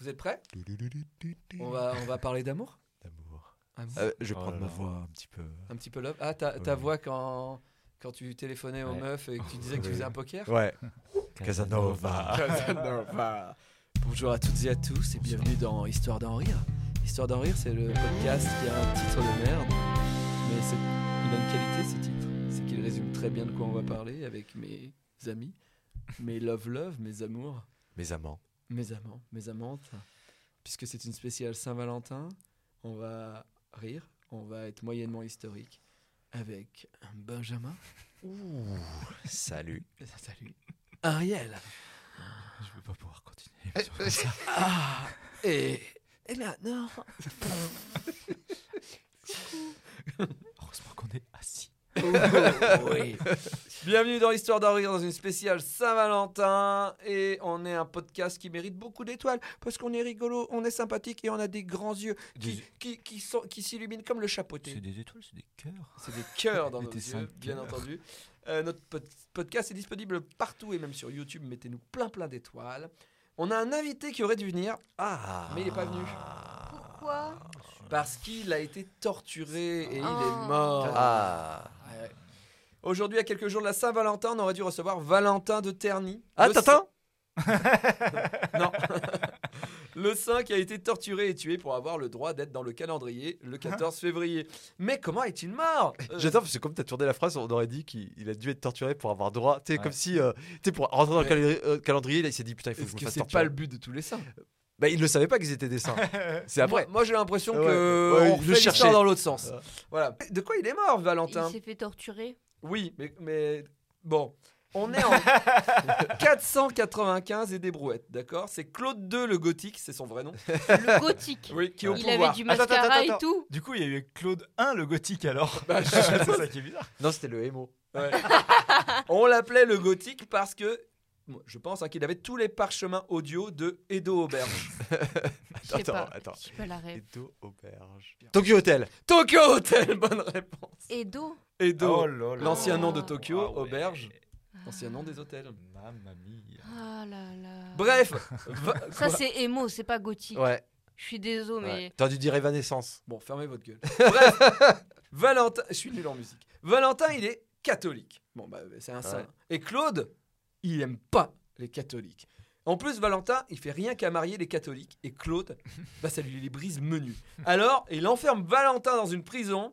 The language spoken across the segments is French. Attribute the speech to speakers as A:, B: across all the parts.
A: Vous êtes prêts on va, on va parler d'amour
B: D'amour.
A: Amour.
B: Euh, je vais
C: Oh
B: prendre
C: là
B: ma
C: là.
B: voix un petit peu.
A: Un petit peu love. Ah, ta, ta
B: Ouais.
A: voix quand, quand tu téléphonais aux
C: Ouais.
A: meufs et que tu disais que tu faisais un poker
B: Ouais. Casanova.
A: Bonjour à toutes et à tous et bienvenue dans Histoire d'en rire. Histoire d'en rire, c'est le podcast qui a un titre de merde, mais c'est il a une qualité ce titre. C'est qu'il résume très bien de quoi on va parler avec mes amis, mes love love, mes amours,
B: Mes amants.
A: mes amants, mes amantes. Puisque c'est une spéciale Saint-Valentin, on va rire, on va être moyennement historique avec un Benjamin.
B: Ouh. Salut.
A: Salut. Ariel.
C: Je vais pas pouvoir continuer.
A: Ah Et, et là, non
C: Heureusement qu'on est assis.
A: Oh, oui. Bienvenue dans Histoire d'en rire, dans une spéciale Saint-Valentin. Et on est un podcast qui mérite beaucoup d'étoiles parce qu'on est rigolo, on est sympathique et on a des grands yeux qui,
C: Des-
A: qui, qui, sont- qui s'illuminent comme le chapeauté.
C: C'est des étoiles, c'est des cœurs.
A: C'est des cœurs dans
C: Et
A: nos
C: des
A: yeux,
C: cinq
A: bien
C: cœurs.
A: entendu. Euh, notre pod- podcast est disponible partout et même sur YouTube. Mettez-nous plein plein d'étoiles. On a un invité qui aurait dû venir
B: Ah.
A: Mais il est pas venu.
D: Pourquoi
A: parce qu'il a été torturé et il est
D: Ah.
A: mort.
B: Ah.
A: Ouais, ouais. Aujourd'hui, à quelques jours de la Saint-Valentin, on aurait dû recevoir Valentin de Terny.
B: Ah,
A: Le
B: Tintin
A: cin- Non. le saint qui a été torturé et tué pour avoir le droit d'être dans le calendrier
B: Ah.
A: le 14 février. Mais comment est-il mort Euh,
B: J'adore parce que comme t'as tourné la phrase, on aurait dit qu'il il a dû être torturé pour avoir droit. Tu sais,
C: Ouais.
B: comme si, euh, tu sais, pour rentrer dans le
A: Ouais.
B: calendrier- euh, calendrier, là, il s'est dit putain, il faut que je
A: Est-ce
B: me
A: que
B: fasse
A: c'est
B: torturer.
A: pas le but de tous les saints
B: Bah, il ne savait pas qu'ils étaient des saints. c'est après.
A: Moi, moi, j'ai l'impression
B: Ouais,
A: que
B: ouais, ouais,
A: on
B: il
A: refait
B: le
A: l'histoire
B: cherchait.
A: dans l'autre sens.
B: Ouais.
A: Voilà. De quoi il est mort, Valentin
D: Il s'est fait torturer.
A: Oui, mais, mais bon. On est en 495 et des brouettes, d'accord C'est Claude II le gothique, c'est son vrai nom.
D: Le gothique.
A: Oui, qui est au
D: Il
A: pouvoir.
D: avait du
B: Attends,
D: mascara
B: attends, attends.
D: et tout.
C: Du coup, il y a eu Claude 1, le gothique alors.
A: Bah, je-
C: c'est ça qui est bizarre.
B: Non, c'était le hémo.
A: Ouais. On l'appelait le gothique parce que moi, je pense hein, qu'il avait tous les parchemins audio de Edo Auberge.
D: Je sais
B: Attends,
D: pas.
B: attends.
D: Je sais pas la rêve.
B: Edo Auberge. Tokyo Hotel.
A: Tokyo Hotel, bonne réponse.
D: Edo.
A: Edo,
C: Oh là
A: l'ancien nom de
D: Ah.
A: Tokyo,
C: Ah ouais.
A: Auberge, ancien nom des hôtels.
C: Mamma mia.
D: Ah là là.
A: Bref, va-
D: Ça
A: quoi
D: c'est émo, c'est pas gothique.
B: Ouais.
D: Je suis désolé,
B: ouais.
D: mais
B: T'aurais dû dire Evanescence.
A: bon, fermez votre gueule. Bref, Valentin, je suis nul en musique. Valentin, il est catholique. Bon, bah, c'est un saint.
B: Ouais.
A: Et Claude, il aime pas les catholiques. En plus, Valentin, il fait rien qu'à marier les catholiques. Et Claude, bah, ça lui les brise menu. Alors, il enferme Valentin dans une prison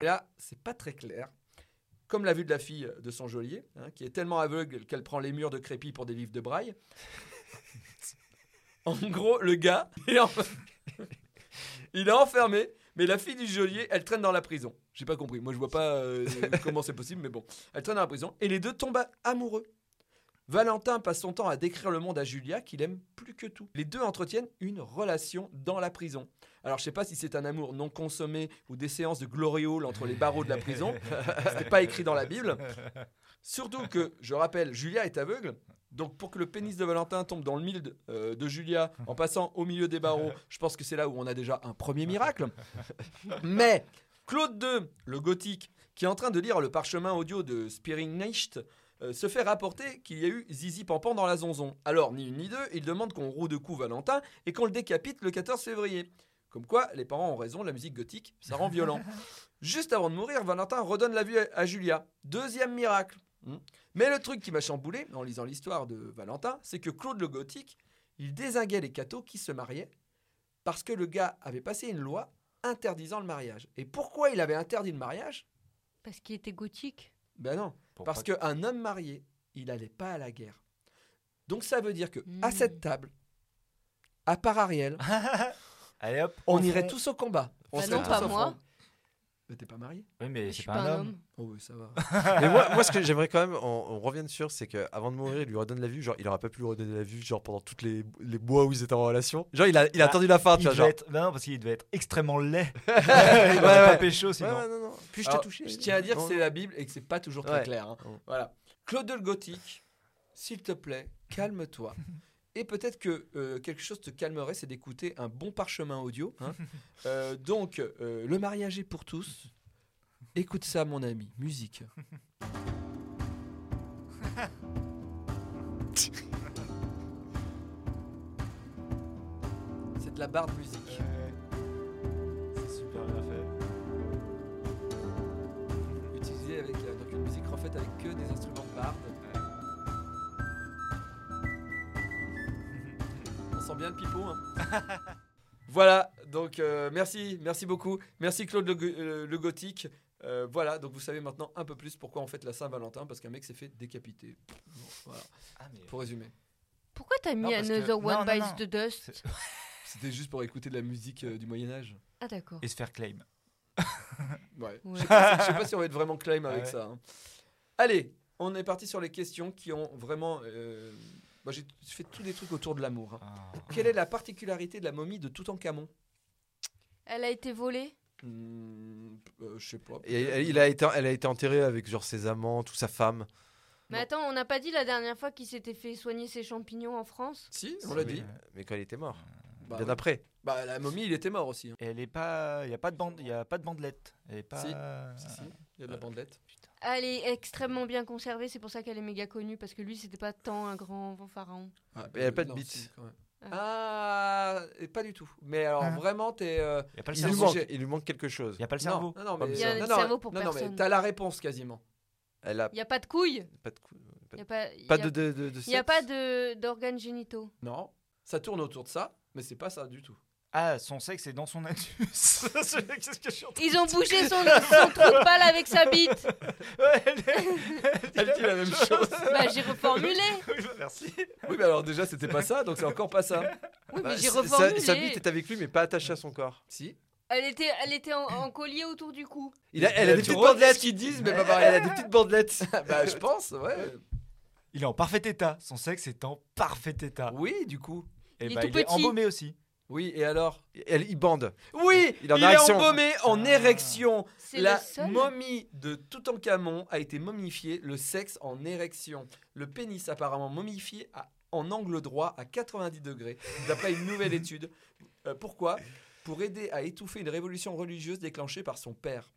A: Et là, c'est pas très clair. Comme la vue de la fille de son geôlier, hein, qui est tellement aveugle qu'elle prend les murs de crépi pour des livres de braille. en gros, le gars, il est, en- il est enfermé, mais la fille du geôlier, elle traîne dans la prison. J'ai pas compris. Moi, je vois pas euh, comment c'est possible, mais bon. Elle traîne dans la prison et les deux tombent amoureux. Valentin passe son temps à décrire le monde à Julia, qu'il aime plus que tout. Les deux entretiennent une relation dans la prison. Alors, je sais pas si c'est un amour non consommé ou des séances de gloriole entre les barreaux de la prison. C'était pas écrit dans la Bible. Surtout que, je rappelle, Julia est aveugle. Donc, pour que le pénis de Valentin tombe dans le milieu de, euh, de Julia en passant au milieu des barreaux, je pense que c'est là où on a déjà un premier miracle. Mais Claude II, le gothique, qui est en train de lire le parchemin audio de Spiringnecht, euh, se fait rapporter qu'il y a eu Zizi Pampan dans la zonzon. Alors, ni une ni deux, il demande qu'on roue de coups Valentin et qu'on le décapite le 14 février. Comme quoi, les parents ont raison, la musique gothique, ça rend violent. Juste avant de mourir, Valentin redonne la vie à- à Julia. Deuxième miracle. Hmm. Mais le truc qui m'a chamboulé en lisant l'histoire de Valentin, c'est que Claude le Gothique, il désinguait les cathos qui se mariaient parce que le gars avait passé une loi interdisant le mariage. Et pourquoi il avait interdit le mariage
D: parce qu'il était gothique.
A: Ben non,
C: Pour
A: parce
C: pas-
A: qu'un homme marié, il n'allait pas à la guerre. Donc ça veut dire que
D: Hmm.
A: à cette table, à
C: Ah,
A: part Ariel,
C: Allez hop.
A: on irait tous au combat. On
D: Bah
A: serait
D: non,
A: tous
D: pas
A: au
D: moi.
A: front. Mais t'es pas marié
C: Oui, mais
D: Je
C: c'est
D: suis
C: pas un homme.
A: Oh, ouais, ça va.
B: Mais moi, moi, ce que j'aimerais quand même, on, on revienne sur, c'est qu'avant de mourir, il lui redonne la vue. Genre, il aurait pas pu lui redonner la vue, genre pendant toutes les, les mois où ils étaient en relation. Genre, il a, il a
C: Ah,
B: attendu la fin, tu
C: Il
B: vois.
C: devait
B: Genre,
C: être... Non, parce qu'il devait être extrêmement laid. il
B: Ouais,
C: aurait pas
B: ouais.
C: pécho
B: Ouais,
C: sinon.
B: ouais, non, non. Puis je t'ai
A: Alors,
B: touché.
A: Je tiens à dire que
B: Non,
A: c'est
B: non.
A: la Bible et que c'est pas toujours très
B: Ouais.
A: clair. hein.
B: Non.
A: Voilà. Claude le Gothique, s'il te plaît, calme-toi. Et peut-être que euh, quelque chose te calmerait, c'est d'écouter un bon parchemin audio. hein. Euh, donc, euh, le mariage est pour tous. Écoute ça, mon ami. Musique. c'est de la barre de musique.
C: C'est super bien fait.
A: utilisé avec euh, donc une musique refaite avec que des instruments de barde. On sent bien le pipeau. hein. voilà, donc euh, merci, merci beaucoup. Merci Claude le, Go- euh, le Gothique. Euh, voilà, donc vous savez maintenant un peu plus pourquoi on fête la Saint-Valentin, parce qu'un mec s'est fait décapiter. Bon, voilà,
C: Ah, mais...
A: pour résumer.
D: Pourquoi t'as mis
C: Non, parce que-
D: Another
C: non,
D: One
C: non,
D: Bites
C: non.
D: the Dust
A: C'était juste pour écouter de la musique euh, du Moyen-Âge.
D: Ah d'accord.
C: Et se faire claim.
A: Ouais.
D: Ouais.
A: Je sais pas si- je sais pas si on va être vraiment claim avec
C: Ouais.
A: ça. hein. Allez, on est parti sur les questions qui ont vraiment. euh, moi, j'ai fait tous des trucs autour de l'amour. hein.
C: Ah.
A: Quelle est la particularité de la momie de Toutankhamon
D: Elle a été volée
A: Hmm, euh, Je sais pas.
B: Et elle, il a été, elle a été enterrée avec genre ses amants, toute sa femme.
D: Mais
A: Non.
D: attends, on n'a pas dit la dernière fois qu'il s'était fait soigner ses champignons en France
A: Si, on l'a
C: Oui,
A: dit.
C: ouais.
B: Mais quand il était mort,
A: Bah,
B: bien
A: ouais.
B: après.
A: Bah, la momie, il était mort aussi. hein.
C: Et elle est pas. Il n'y a pas de bande. Il y a pas de bandelette. Elle est pas.
A: Si. Si, si, il y a de la bandelette.
D: Elle est extrêmement bien conservée, c'est pour ça qu'elle est méga connue, parce que lui, c'était pas tant un grand pharaon.
A: Ah,
B: il y a
A: euh,
B: pas de
A: non,
B: bite.
A: si, quand même. Ah, et pas du tout. Mais alors,
C: Ah.
A: vraiment, t'es. euh,
C: Il y a pas le
B: Il lui,
A: Ils
C: cerveau.
A: ont-
B: manque, il lui manque quelque chose.
C: Il y a pas le
A: Non,
C: cerveau.
A: non, non,
B: Pas
A: mais.
B: Il y a
A: euh,
D: le
A: non, non,
D: cerveau pour
A: non, non, mais
D: personne.
A: t'as la réponse quasiment.
B: Elle a
D: Il a pas de couilles
B: pas de cou-
D: Il a pas, y
B: Pas
D: a-
B: de, de, de, de
D: y a
B: sexe.
D: pas de- d'organes génitaux.
A: Non, ça tourne autour de ça, mais c'est pas ça du tout.
C: Ah, son sexe est dans son anus. Qu'est-ce que je suis en train
D: Ils ont bougé son, son trou de balle avec sa bite
C: de- Ouais, elle est-
A: Elle dit la même chose.
D: Bah, j'ai reformulé
C: Oui, bah, Merci.
A: Oui, mais alors déjà, c'était pas ça, donc c'est encore pas ça.
D: Oui, mais
B: Bah,
D: j'ai
B: sa- sa,
D: reformulé
B: sa bite est avec lui, mais pas attachée à son corps.
A: Si.
D: Elle était, elle était en, en collier autour du cou.
B: Il a, elle a
A: Tu
B: des petites
A: redis
B: bandelettes.
A: ce qu'ils disent, mais pas pareil.
B: Elle a des petites bandelettes.
A: bah, je pense, ouais.
C: Il est en parfait état. Son sexe est en parfait état.
A: Oui, du coup.
C: Et
D: Il est
C: bah,
D: tout
C: il est
D: petit.
C: embaumé aussi.
A: Oui, et alors
B: Elle, il bande.
A: Oui, il,
B: Il est en
A: est
B: érection.
A: embaumé en
C: Ah.
A: érection.
D: C'est
A: La
D: le seul.
A: momie de Toutankhamon a été momifiée, le sexe en érection. Le pénis apparemment momifié à- en angle droit à 90 degrés, d'après une nouvelle étude. Euh, pourquoi Pour aider à étouffer une révolution religieuse déclenchée par son père.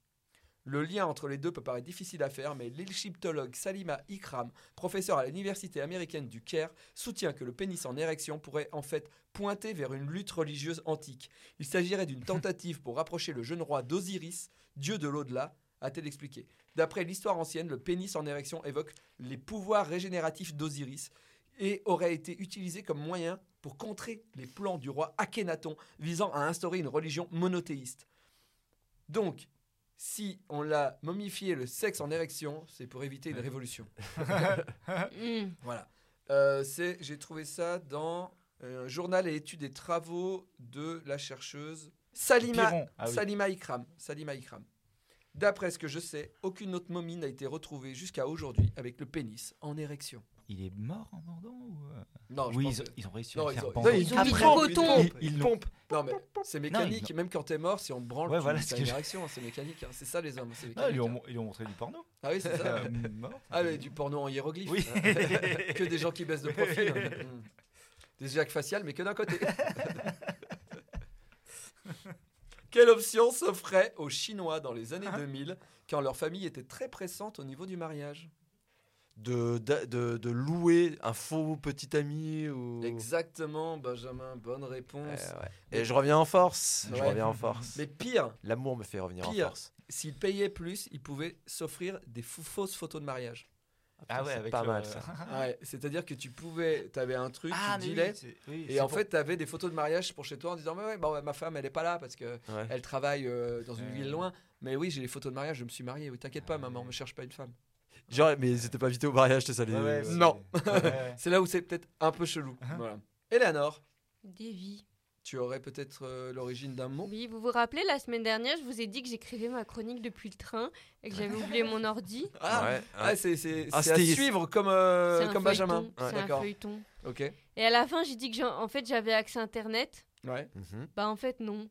A: Le lien entre les deux peut paraître difficile à faire, mais l'égyptologue Salima Ikram, professeur à l'université américaine du Caire, soutient que le pénis en érection pourrait en fait pointer vers une lutte religieuse antique. Il s'agirait d'une tentative pour rapprocher le jeune roi d'Osiris, dieu de l'au-delà, a-t-elle expliqué. D'après l'histoire ancienne, le pénis en érection évoque les pouvoirs régénératifs d'Osiris et aurait été utilisé comme moyen pour contrer les plans du roi Akhenaton visant à instaurer une religion monothéiste. Donc, si on l'a momifié le sexe en érection, c'est pour éviter une révolution.
D: Mm.
A: Voilà. Euh, c'est- J'ai trouvé ça dans euh, un journal et études des travaux de la chercheuse Salima,
C: Piron. Ah oui.
A: Salima Ikram. Salima Ikram. D'après ce que je sais, aucune autre momie n'a été retrouvée jusqu'à aujourd'hui avec le pénis en érection.
C: Il est mort en bandant ou euh
A: Non, je
C: Oui,
A: pense
C: ils ont,
A: que-
C: ils ont réussi
A: Non,
C: à le
A: ils
C: faire
A: ont-
C: bander.
A: non,
D: ils ont mis du
A: pompent,
D: coton.
A: ils pompent.
C: Ils l'ont.
A: Non, mais c'est mécanique. Même quand t'es mort, si on te branle,
C: Ouais,
A: tu-
C: voilà
A: c'est
C: ce que
A: une
C: je-
A: érection. hein, C'est mécanique. hein, C'est ça, les hommes. c'est
C: Ah, ils, lui
A: mécanique,
C: ont, ils lui ont montré du porno.
A: hein. Ah oui, c'est ça.
C: Euh, mort.
A: Ah, mais du porno en hiéroglyphe.
C: Oui.
A: que des gens qui baissent de profil. Mm. Des jacques faciales, mais que d'un côté. Quelle option s'offrait aux Chinois dans les
C: Ah.
A: années 2000 quand leur famille était très pressante au niveau du mariage
B: De, de, de, de louer un faux petit ami. Ou...
A: Exactement, Benjamin, bonne
B: Ouais,
A: réponse.
B: ouais. Et je reviens en force. Je
A: Ouais.
B: reviens en force.
A: Mais pire,
B: L'amour me fait revenir
A: Pire.
B: en force.
A: s'ils payaient plus, ils pouvaient s'offrir des fou- fausses photos de mariage.
C: Ah ouais,
B: c'est
C: avec
B: pas
C: le-
B: mal, ça.
D: Ah.
A: Ouais, C'est-à-dire que tu pouvais, tu avais un truc,
C: Ah,
A: tu
C: mais oui,
A: dealais,
C: c'est- oui,
A: et
C: c'est
A: en
C: pour-
A: fait, tu avais des photos de mariage pour chez toi en disant Mais ouais, bah ouais, ma femme, elle est pas là parce que
B: Ouais.
A: Elle travaille euh, dans une
C: Euh.
A: ville loin. Mais oui, j'ai les photos de mariage, je me suis marié. Oui, t'inquiète pas, maman, me cherche pas une femme.
B: Genre, mais ils étaient pas invités au mariage, c'est ça les.
C: Ouais, ouais,
B: Ouais,
A: euh, Non.
C: c'est- ouais, ouais.
D: Ah.
A: C'est là où c'est peut-être un peu chelou. Voilà. Eleanor,
D: Des vies.
A: tu aurais peut-être euh, l'origine d'un mot.
D: Oui, vous vous rappelez, la semaine dernière, je vous ai dit que j'écrivais ma chronique depuis le train et que j'avais oublié mon ordi.
A: Ah,
B: ouais,
A: ah, c'est c'est-
B: Ah,
A: c'est à
B: c'était-
A: suivre comme, euh,
D: C'est un
A: comme Benjamin.
D: feuilleton,
A: Ouais,
D: C'est un
A: D'accord.
D: feuilleton.
A: Ok.
D: Et à la fin, j'ai dit que j'en- en fait, j'avais accès Internet.
A: Ouais.
B: Mhm.
D: Bah, en fait, non.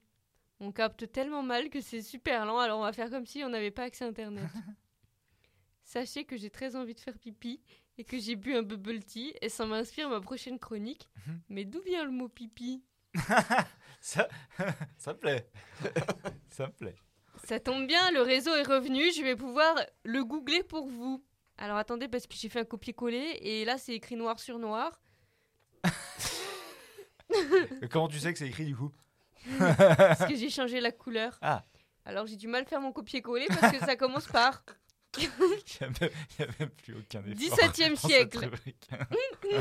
D: On capte tellement mal que c'est super lent, alors on va faire comme si on n'avait pas accès Internet. Sachez que j'ai très envie de faire pipi et que j'ai bu un bubble tea et ça m'inspire ma prochaine chronique. Mais d'où vient le mot pipi
C: Ça, ça me plaît. ça me plaît.
D: Ça tombe bien, le réseau est revenu, je vais pouvoir le googler pour vous. Alors attendez, parce que j'ai fait un copier-coller et là c'est écrit noir sur noir.
C: Et Comment tu sais que c'est écrit du coup
D: parce que j'ai changé la couleur.
C: Ah.
D: Alors j'ai du mal à faire mon copier-coller parce que ça commence par
C: Il n'y a, même plus aucun effort.
D: 17e
C: dans cette
D: siècle.
C: rubrique.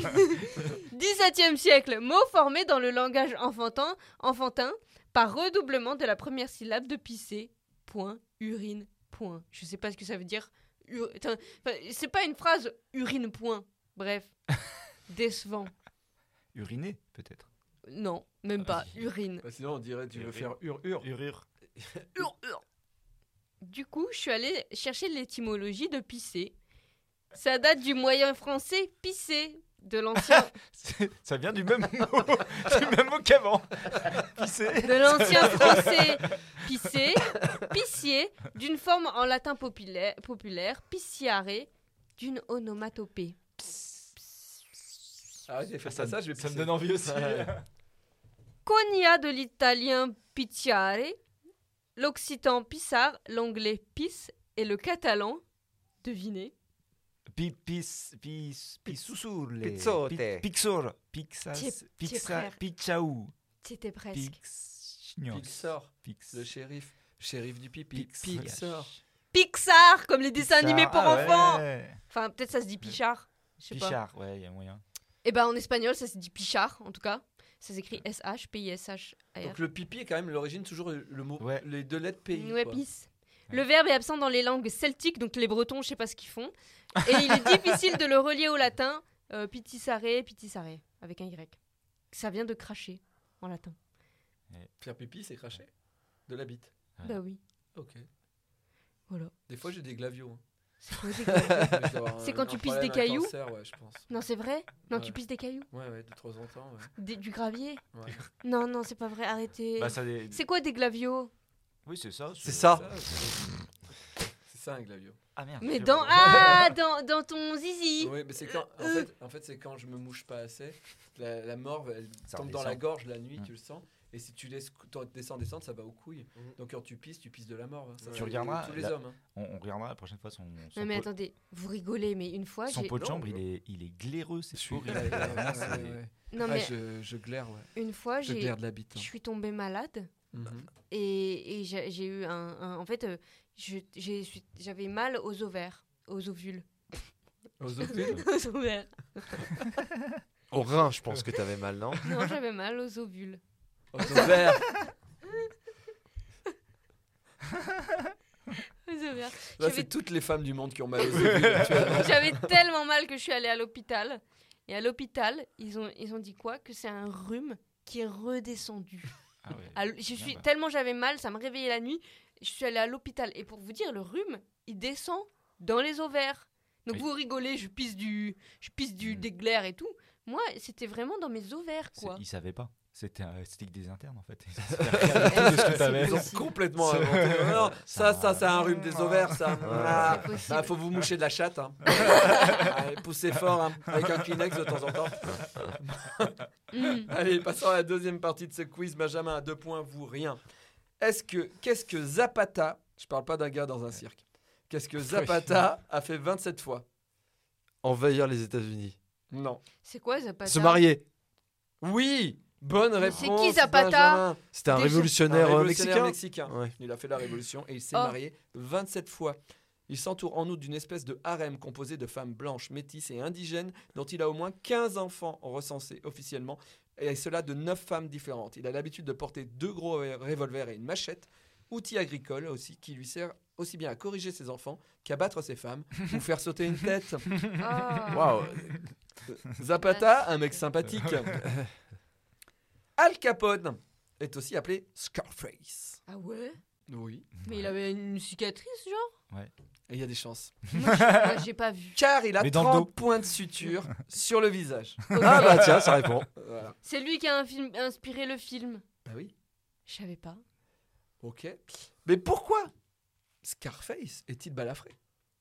D: 17e siècle, mot formé dans le langage enfantin, enfantin par redoublement de la première syllabe de pisser, point, urine, point. Je sais pas ce que ça veut dire. Ur- Attends, enfin, C'est pas une phrase urine, point. Bref, décevant.
C: Uriner, peut-être.
D: Non, même pas. Urine.
A: Bah, sinon, on dirait tu veux faire hur-hur.
C: Urir.
D: Hur, hur. Du coup, je suis allée chercher l'étymologie de pisser. Ça date du moyen français pisser, de l'ancien,
C: C'est- Ça vient du même mot, du même mot qu'avant. Pisser.
D: de l'ancien français pisser, pissier, d'une forme en latin populaire, populaire pissiare, d'une onomatopée.
A: Arrêtez de faire ça, ça, je vais
C: Ça me
A: pisser.
C: donne envie aussi.
A: Ouais.
D: Cogna de l'italien picciare, l'occitan pissar, l'anglais pisse et le catalan, devinez,
C: Pi, pis, pis, pissoussoule.
B: Pizzote.
C: Pi- Pixor. Pixas.
D: T'es- t'es
C: Pixa.
D: frère.
C: Pichaou.
D: c'était presque.
C: Pix.
A: Pixar,
C: Pix.
A: le shérif. Shérif du pipi. Pixar.
D: Pixar, comme les dessins animés pour
C: Ah ouais.
D: enfants. Enfin, peut-être ça se dit Pichard. Je sais pas.
C: Pichard, ouais, il y a moyen.
D: Et ben en espagnol, ça se dit Pichard, en tout cas. Ça s'écrit S-H, P-I-S-H-A-R.
A: Donc le pipi est quand même l'origine toujours le le mot,
C: Ouais.
A: les deux lettres pays.
D: Ouais,
A: quoi.
D: pisse. Le verbe est absent dans les langues celtiques, donc les Bretons, je sais pas ce qu'ils font. Et il est difficile de le relier au latin. Euh, pitissare, pitissare, avec un Y. Ça vient de cracher, en latin.
A: Faire pipi, c'est cracher de la bite.
C: Ouais.
D: Bah oui,
A: Ok.
D: voilà.
A: Des fois, j'ai des glavions.
D: C'est quoi, c'est quoi
A: hein. Je dois avoir
D: C'est
A: un-
D: quand
A: un
D: tu pisses
A: problème,
D: des
A: un
D: cailloux
A: cancer, ouais, je pense.
D: Non, c'est vrai Non, tu
A: Ouais.
D: pisses des cailloux
A: Ouais, ouais, de temps en temps. ouais.
D: Des- Du gravier
A: Ouais.
D: Non, non, c'est pas vrai, arrêtez.
C: Bah, ça des-
D: C'est quoi des glavios
C: Oui, c'est ça.
B: C'est ça.
A: Ça, c'est- C'est ça un glavion.
C: Ah merde.
D: Mais
C: je-
D: dans ah dans, dans ton zizi.
A: Oui, mais c'est quand. En
D: Euh.
A: fait, en fait c'est quand je me mouche pas assez. La, la morve, elle
B: Ça
A: tombe dans
B: redescend.
A: la gorge la nuit,
C: Mm.
A: tu le sens. Et si tu laisses cou- t'en- descendre, descendre, ça va aux couilles. Donc quand tu pisses, tu pisses de la morve. hein. Ça,
C: Tu
A: c'est
C: regarderas
A: tous les
C: la-
A: hommes. hein.
C: On, on regardera la prochaine fois son, son
D: Non mais
C: pot,
D: attendez, vous rigolez mais une fois
C: son
D: Ah, j'ai Oh.
C: pot de
A: Non,
C: chambre,
A: je-
C: il est, il est glaireux, c'est
A: Ouais,
C: horrible.
A: ouais,
C: Vraiment,
A: ouais,
C: c'est-
A: ouais, ouais.
D: non
A: euh, Ah,
D: mais
A: je, je glaire, ouais.
D: une fois
A: Je
D: j'ai
A: glaire de la bite.
D: je
A: hein.
D: suis tombée malade
A: Mhm.
D: et, et j'ai j'ai eu un, un- en fait euh, je- j'ai- suis- j'avais mal aux ovaires, aux ovules,
A: Aux ovules
D: aux ovaires.
B: Au rein, je pense que t'avais mal, non
D: Non, j'avais mal aux ovules.
A: Aux ovaires
D: Aux
A: Là,
D: ovaires. J'avais-
A: c'est toutes les femmes du monde qui ont mal aux ovules. tu vois.
D: J'avais tellement mal que je suis allée à l'hôpital et à l'hôpital, ils ont ils ont dit quoi que c'est un rhume qui est redescendu.
C: Ah ouais.
D: À l- je suis
C: Merde.
D: tellement j'avais mal, ça me réveillait la nuit. Je suis allée à l'hôpital et pour vous dire, le rhume, il descend dans les ovaires. Donc
C: Oui.
D: vous rigolez, je pisse du, je pisse du
C: Mm.
D: des glaires et tout. Moi, c'était vraiment dans mes ovaires
C: C'est-
D: quoi.
C: Il savait pas. C'était un- c'était que des internes en fait. Ils savaient rien du tout de ce que
D: C'est
C: t'avais.
A: Ils ont
D: Aussi.
A: complètement
C: C'est-
A: inventé. Non, non, ça, ça, c'est un rhume des ovaires, ça. Ah,
D: C'est possible.
A: bah, faut vous moucher de la chatte. Hein. Allez, poussez fort hein, avec un Kleenex de temps en temps.
D: Mm.
A: Allez, passons à la deuxième partie de ce quiz. Benjamin à deux points, vous rien. Est-ce que qu'est-ce que Zapata Je parle pas d'un gars dans un cirque. Qu'est-ce que Zapata a fait 27 fois
B: Envahir les États-Unis.
A: Non.
D: C'est quoi Zapata
B: Se marier.
A: Oui, bonne
D: Mais c'est
A: réponse.
D: qui, Zapata
A: Benjamin.
B: C'était un
D: Déjà-
B: révolutionnaire,
A: Un
B: euh,
A: révolutionnaire
B: mexicain.
A: mexicain.
B: Ouais.
A: Il a fait la révolution et il s'est
D: Oh.
A: marié 27 fois. Il s'entoure en outre d'une espèce de harem composé de femmes blanches, métisses et indigènes, dont il a au moins 15 enfants recensés officiellement, et cela de 9 femmes différentes. Il a l'habitude de porter deux gros ré- revolvers et une machette, outil agricole aussi, qui lui sert aussi bien à corriger ses enfants qu'à battre ses femmes ou faire sauter une tête.
D: Ah.
A: Ah
B: Waouh.
A: Zapata, un mec sympathique. Al Capone est aussi appelé Scarface.
D: Ah ouais
A: Oui.
D: Mais il avait une cicatrice, genre
A: Et il y a des chances.
D: Moi, j'ai- moi, j'ai pas vu.
A: Car il a
C: Mais dans le
A: 30 points de suture sur le visage.
B: Ah bah tiens, ça répond.
A: Voilà.
D: C'est lui qui a un film- inspiré le film.
A: Bah oui.
D: Je savais pas.
A: Ok. Mais pourquoi Scarface est-il balafré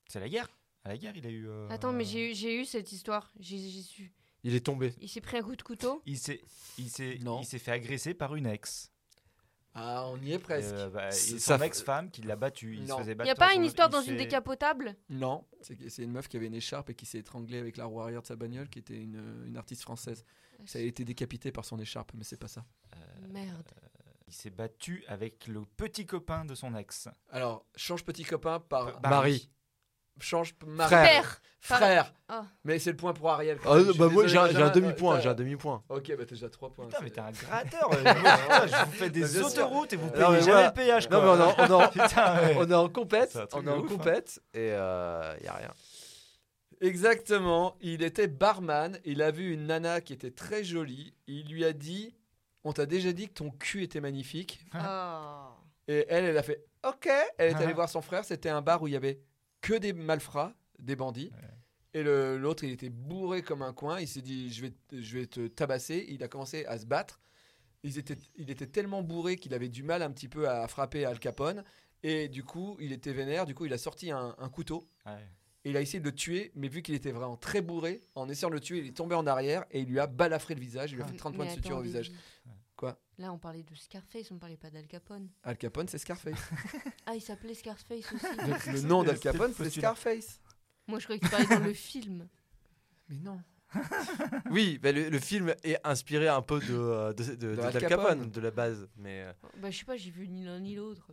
C: C'est la guerre. À la guerre, il a eu. euh,
D: Attends, mais j'ai eu- j'ai eu cette histoire. J'ai j'ai su.
B: Il est tombé.
D: Il s'est pris un coup de couteau.
C: Il s'est, il s'est,
A: Non.
C: il s'est fait agresser par une ex.
A: Ah, on y est presque.
C: Euh, bah, et
B: C'est-
C: son
B: ça fait-
C: ex-femme qui l'a battu. Il
A: Non.
C: se faisait
D: Il
C: battre.
D: y a pas une
C: son-
D: histoire
C: hein. il
D: dans une
C: s'est-
D: décapotable
A: Non, c'est c'est une meuf qui avait une écharpe et qui s'est étranglée avec la roue arrière de sa bagnole, qui était une, une artiste française. Ça a été décapité par son écharpe, mais c'est pas ça.
D: Merde.
C: euh, Il s'est battu avec le petit copain de son ex.
A: Alors, change petit copain par.
C: Bah-
B: Marie.
A: change p- mari.
B: Frère.
D: Père.
A: Frère.
D: Ah.
A: Mais c'est le point pour Ariel. quand
B: Ah,
A: même. Je suis
B: bah moi
A: désolé,
B: j'ai un, j'ai un
A: Benjamin.
B: demi-point,
A: T'as-
B: j'ai un demi-point.
A: Ok, bah t'es déjà 3 points.
C: Putain, mais
A: c'est-
C: t'es un gratteur. euh, putain, je vous fais
A: Bah,
C: des
A: bien sûr.
C: autoroutes et vous
A: Non,
C: payez
B: mais
C: jamais
B: voilà.
C: le péage.
B: Non mais
C: quoi.
B: on est en, on est en-
C: Putain, ouais.
B: on est en compète,
C: C'est un truc
B: on est
C: de
B: en
C: ouf, hein.
B: compète et euh, y a rien.
A: Exactement, il était barman, il a vu une nana qui était très jolie, il lui a dit "On t'a déjà dit que ton cul était magnifique."
D: Ah.
A: Et elle elle a fait "OK." Elle est
C: Ah.
A: allée voir son frère, c'était un bar où il y avait que des malfrats, des bandits. Et le- l'autre, il était bourré comme un coin, il s'est dit "Je vais te- je vais te tabasser." Il a commencé à se battre. Ils étaient- il était tellement bourré qu'il avait du mal un petit peu à frapper Al Capone et du coup, il était vénère, du coup, il a sorti un- un couteau
C: Ouais.
A: et il a essayé de le tuer, mais vu qu'il était vraiment très bourré, en essayant de le tuer, il est tombé en arrière et il lui a balafré le visage, il lui a fait 30 points de
D: Ah. Mais
A: suture au
D: attends,
A: visage.
D: Olivier.
A: Quoi
D: Là, on parlait de Scarface, on parlait pas d'Al Capone.
A: Al Capone, c'est Scarface.
D: Ah, il s'appelait Scarface aussi.
A: Donc, le nom d'Al
C: C'était le
A: Capone, c'est
C: postulat.
A: Scarface.
D: Moi, je croyais que tu parlais dans le film.
A: Mais non.
B: Oui, bah, le, le film est inspiré un peu de euh, de, de, de-
A: Al
B: d'Al Capone,
A: Capone.
B: de la base, mais euh,
D: Bah, je sais pas, j'ai vu ni l'un ni l'autre.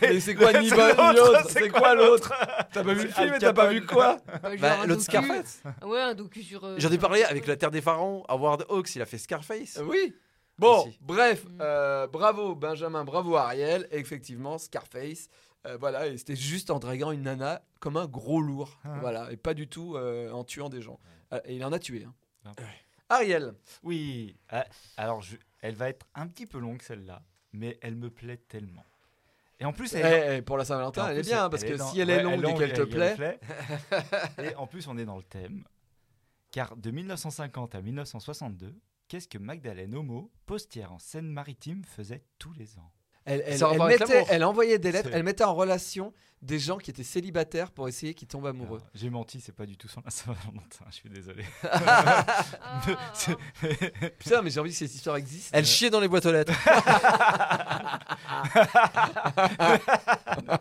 A: Mais c'est quoi ni
C: c'est
A: bon ni
C: l'autre,
A: l'autre
C: c'est
A: C'est
C: quoi
A: quoi l'autre T'as pas vu
C: C'est
A: le film
C: Al
A: et t'as pas
C: Capone.
A: vu quoi
D: Bah, genre
B: bah,
D: un
B: l'autre
D: docu-
B: Scarface.
D: Ouais, un docu sur. euh,
B: J'en ai parlé
D: sur-
B: avec la Terre des Pharaons, Howard Hawks, il a fait Scarface.
A: Euh, Oui. Bon,
B: Aussi.
A: bref,
D: Mm.
A: euh, bravo Benjamin, bravo Ariel. Et effectivement, Scarface, euh, voilà, et c'était juste en draguant une nana comme un gros lourd,
C: Ah.
A: voilà, et pas du tout euh, en tuant des gens. Euh, Et il en a tué. hein.
C: Ah.
A: Ariel,
C: Oui. Ah, Alors, je- elle va être un petit peu longue celle-là, mais elle me plaît tellement. Et en plus, elle, est-
A: eh, eh, pour la Saint-Valentin,
C: en
A: elle
C: plus,
A: est bien, hein, parce que
C: dans-
A: si elle
C: ouais,
A: est longue et qu'elle te plaît,
C: plaît. et en plus, on est dans le thème. Car de 1950 à 1962, qu'est-ce que Magdalene Homo, postière en Seine-Maritime, faisait tous les ans
A: elle, elle-
B: Ça a
A: elle
B: rapport avec
A: mettait,
B: l'amour.
A: elle envoyait des lettres,
C: C'est-
A: elle mettait en relation des gens qui étaient célibataires pour essayer qu'ils tombent amoureux.
C: Alors, J'ai menti, c'est pas du tout sans la Saint-Valentin, je suis désolé.
D: Ah.
C: C'est-
A: Putain, mais j'ai envie que cette histoire existe.
B: Elle chiait dans les boîtes aux lettres.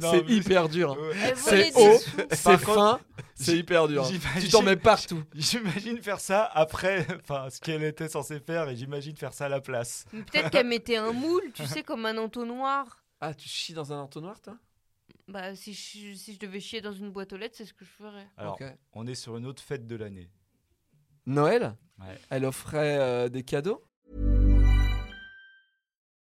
C: Non,
A: C'est
C: mais-
A: hyper dur. hein.
C: Ouais.
D: Elle volait
A: C'est
D: des
A: haut,
D: sous.
A: c'est
C: contre,
A: fin, c'est hyper dur. hein. Tu t'en
C: j'imagine-
A: mets partout.
C: J'imagine faire ça après enfin, ce qu'elle était censée faire et j'imagine faire ça à la place.
D: Mais Peut-être qu'elle mettait un moule, tu sais, comme un entonnoir.
A: Ah, tu chies dans un entonnoir, toi
D: Bah, si je, si je devais chier dans une boîte aux lettres, c'est ce que je ferais.
C: Alors,
A: Ok.
C: on est sur une autre fête de l'année.
A: Noël,
C: Ouais.
A: elle offrait euh, des cadeaux.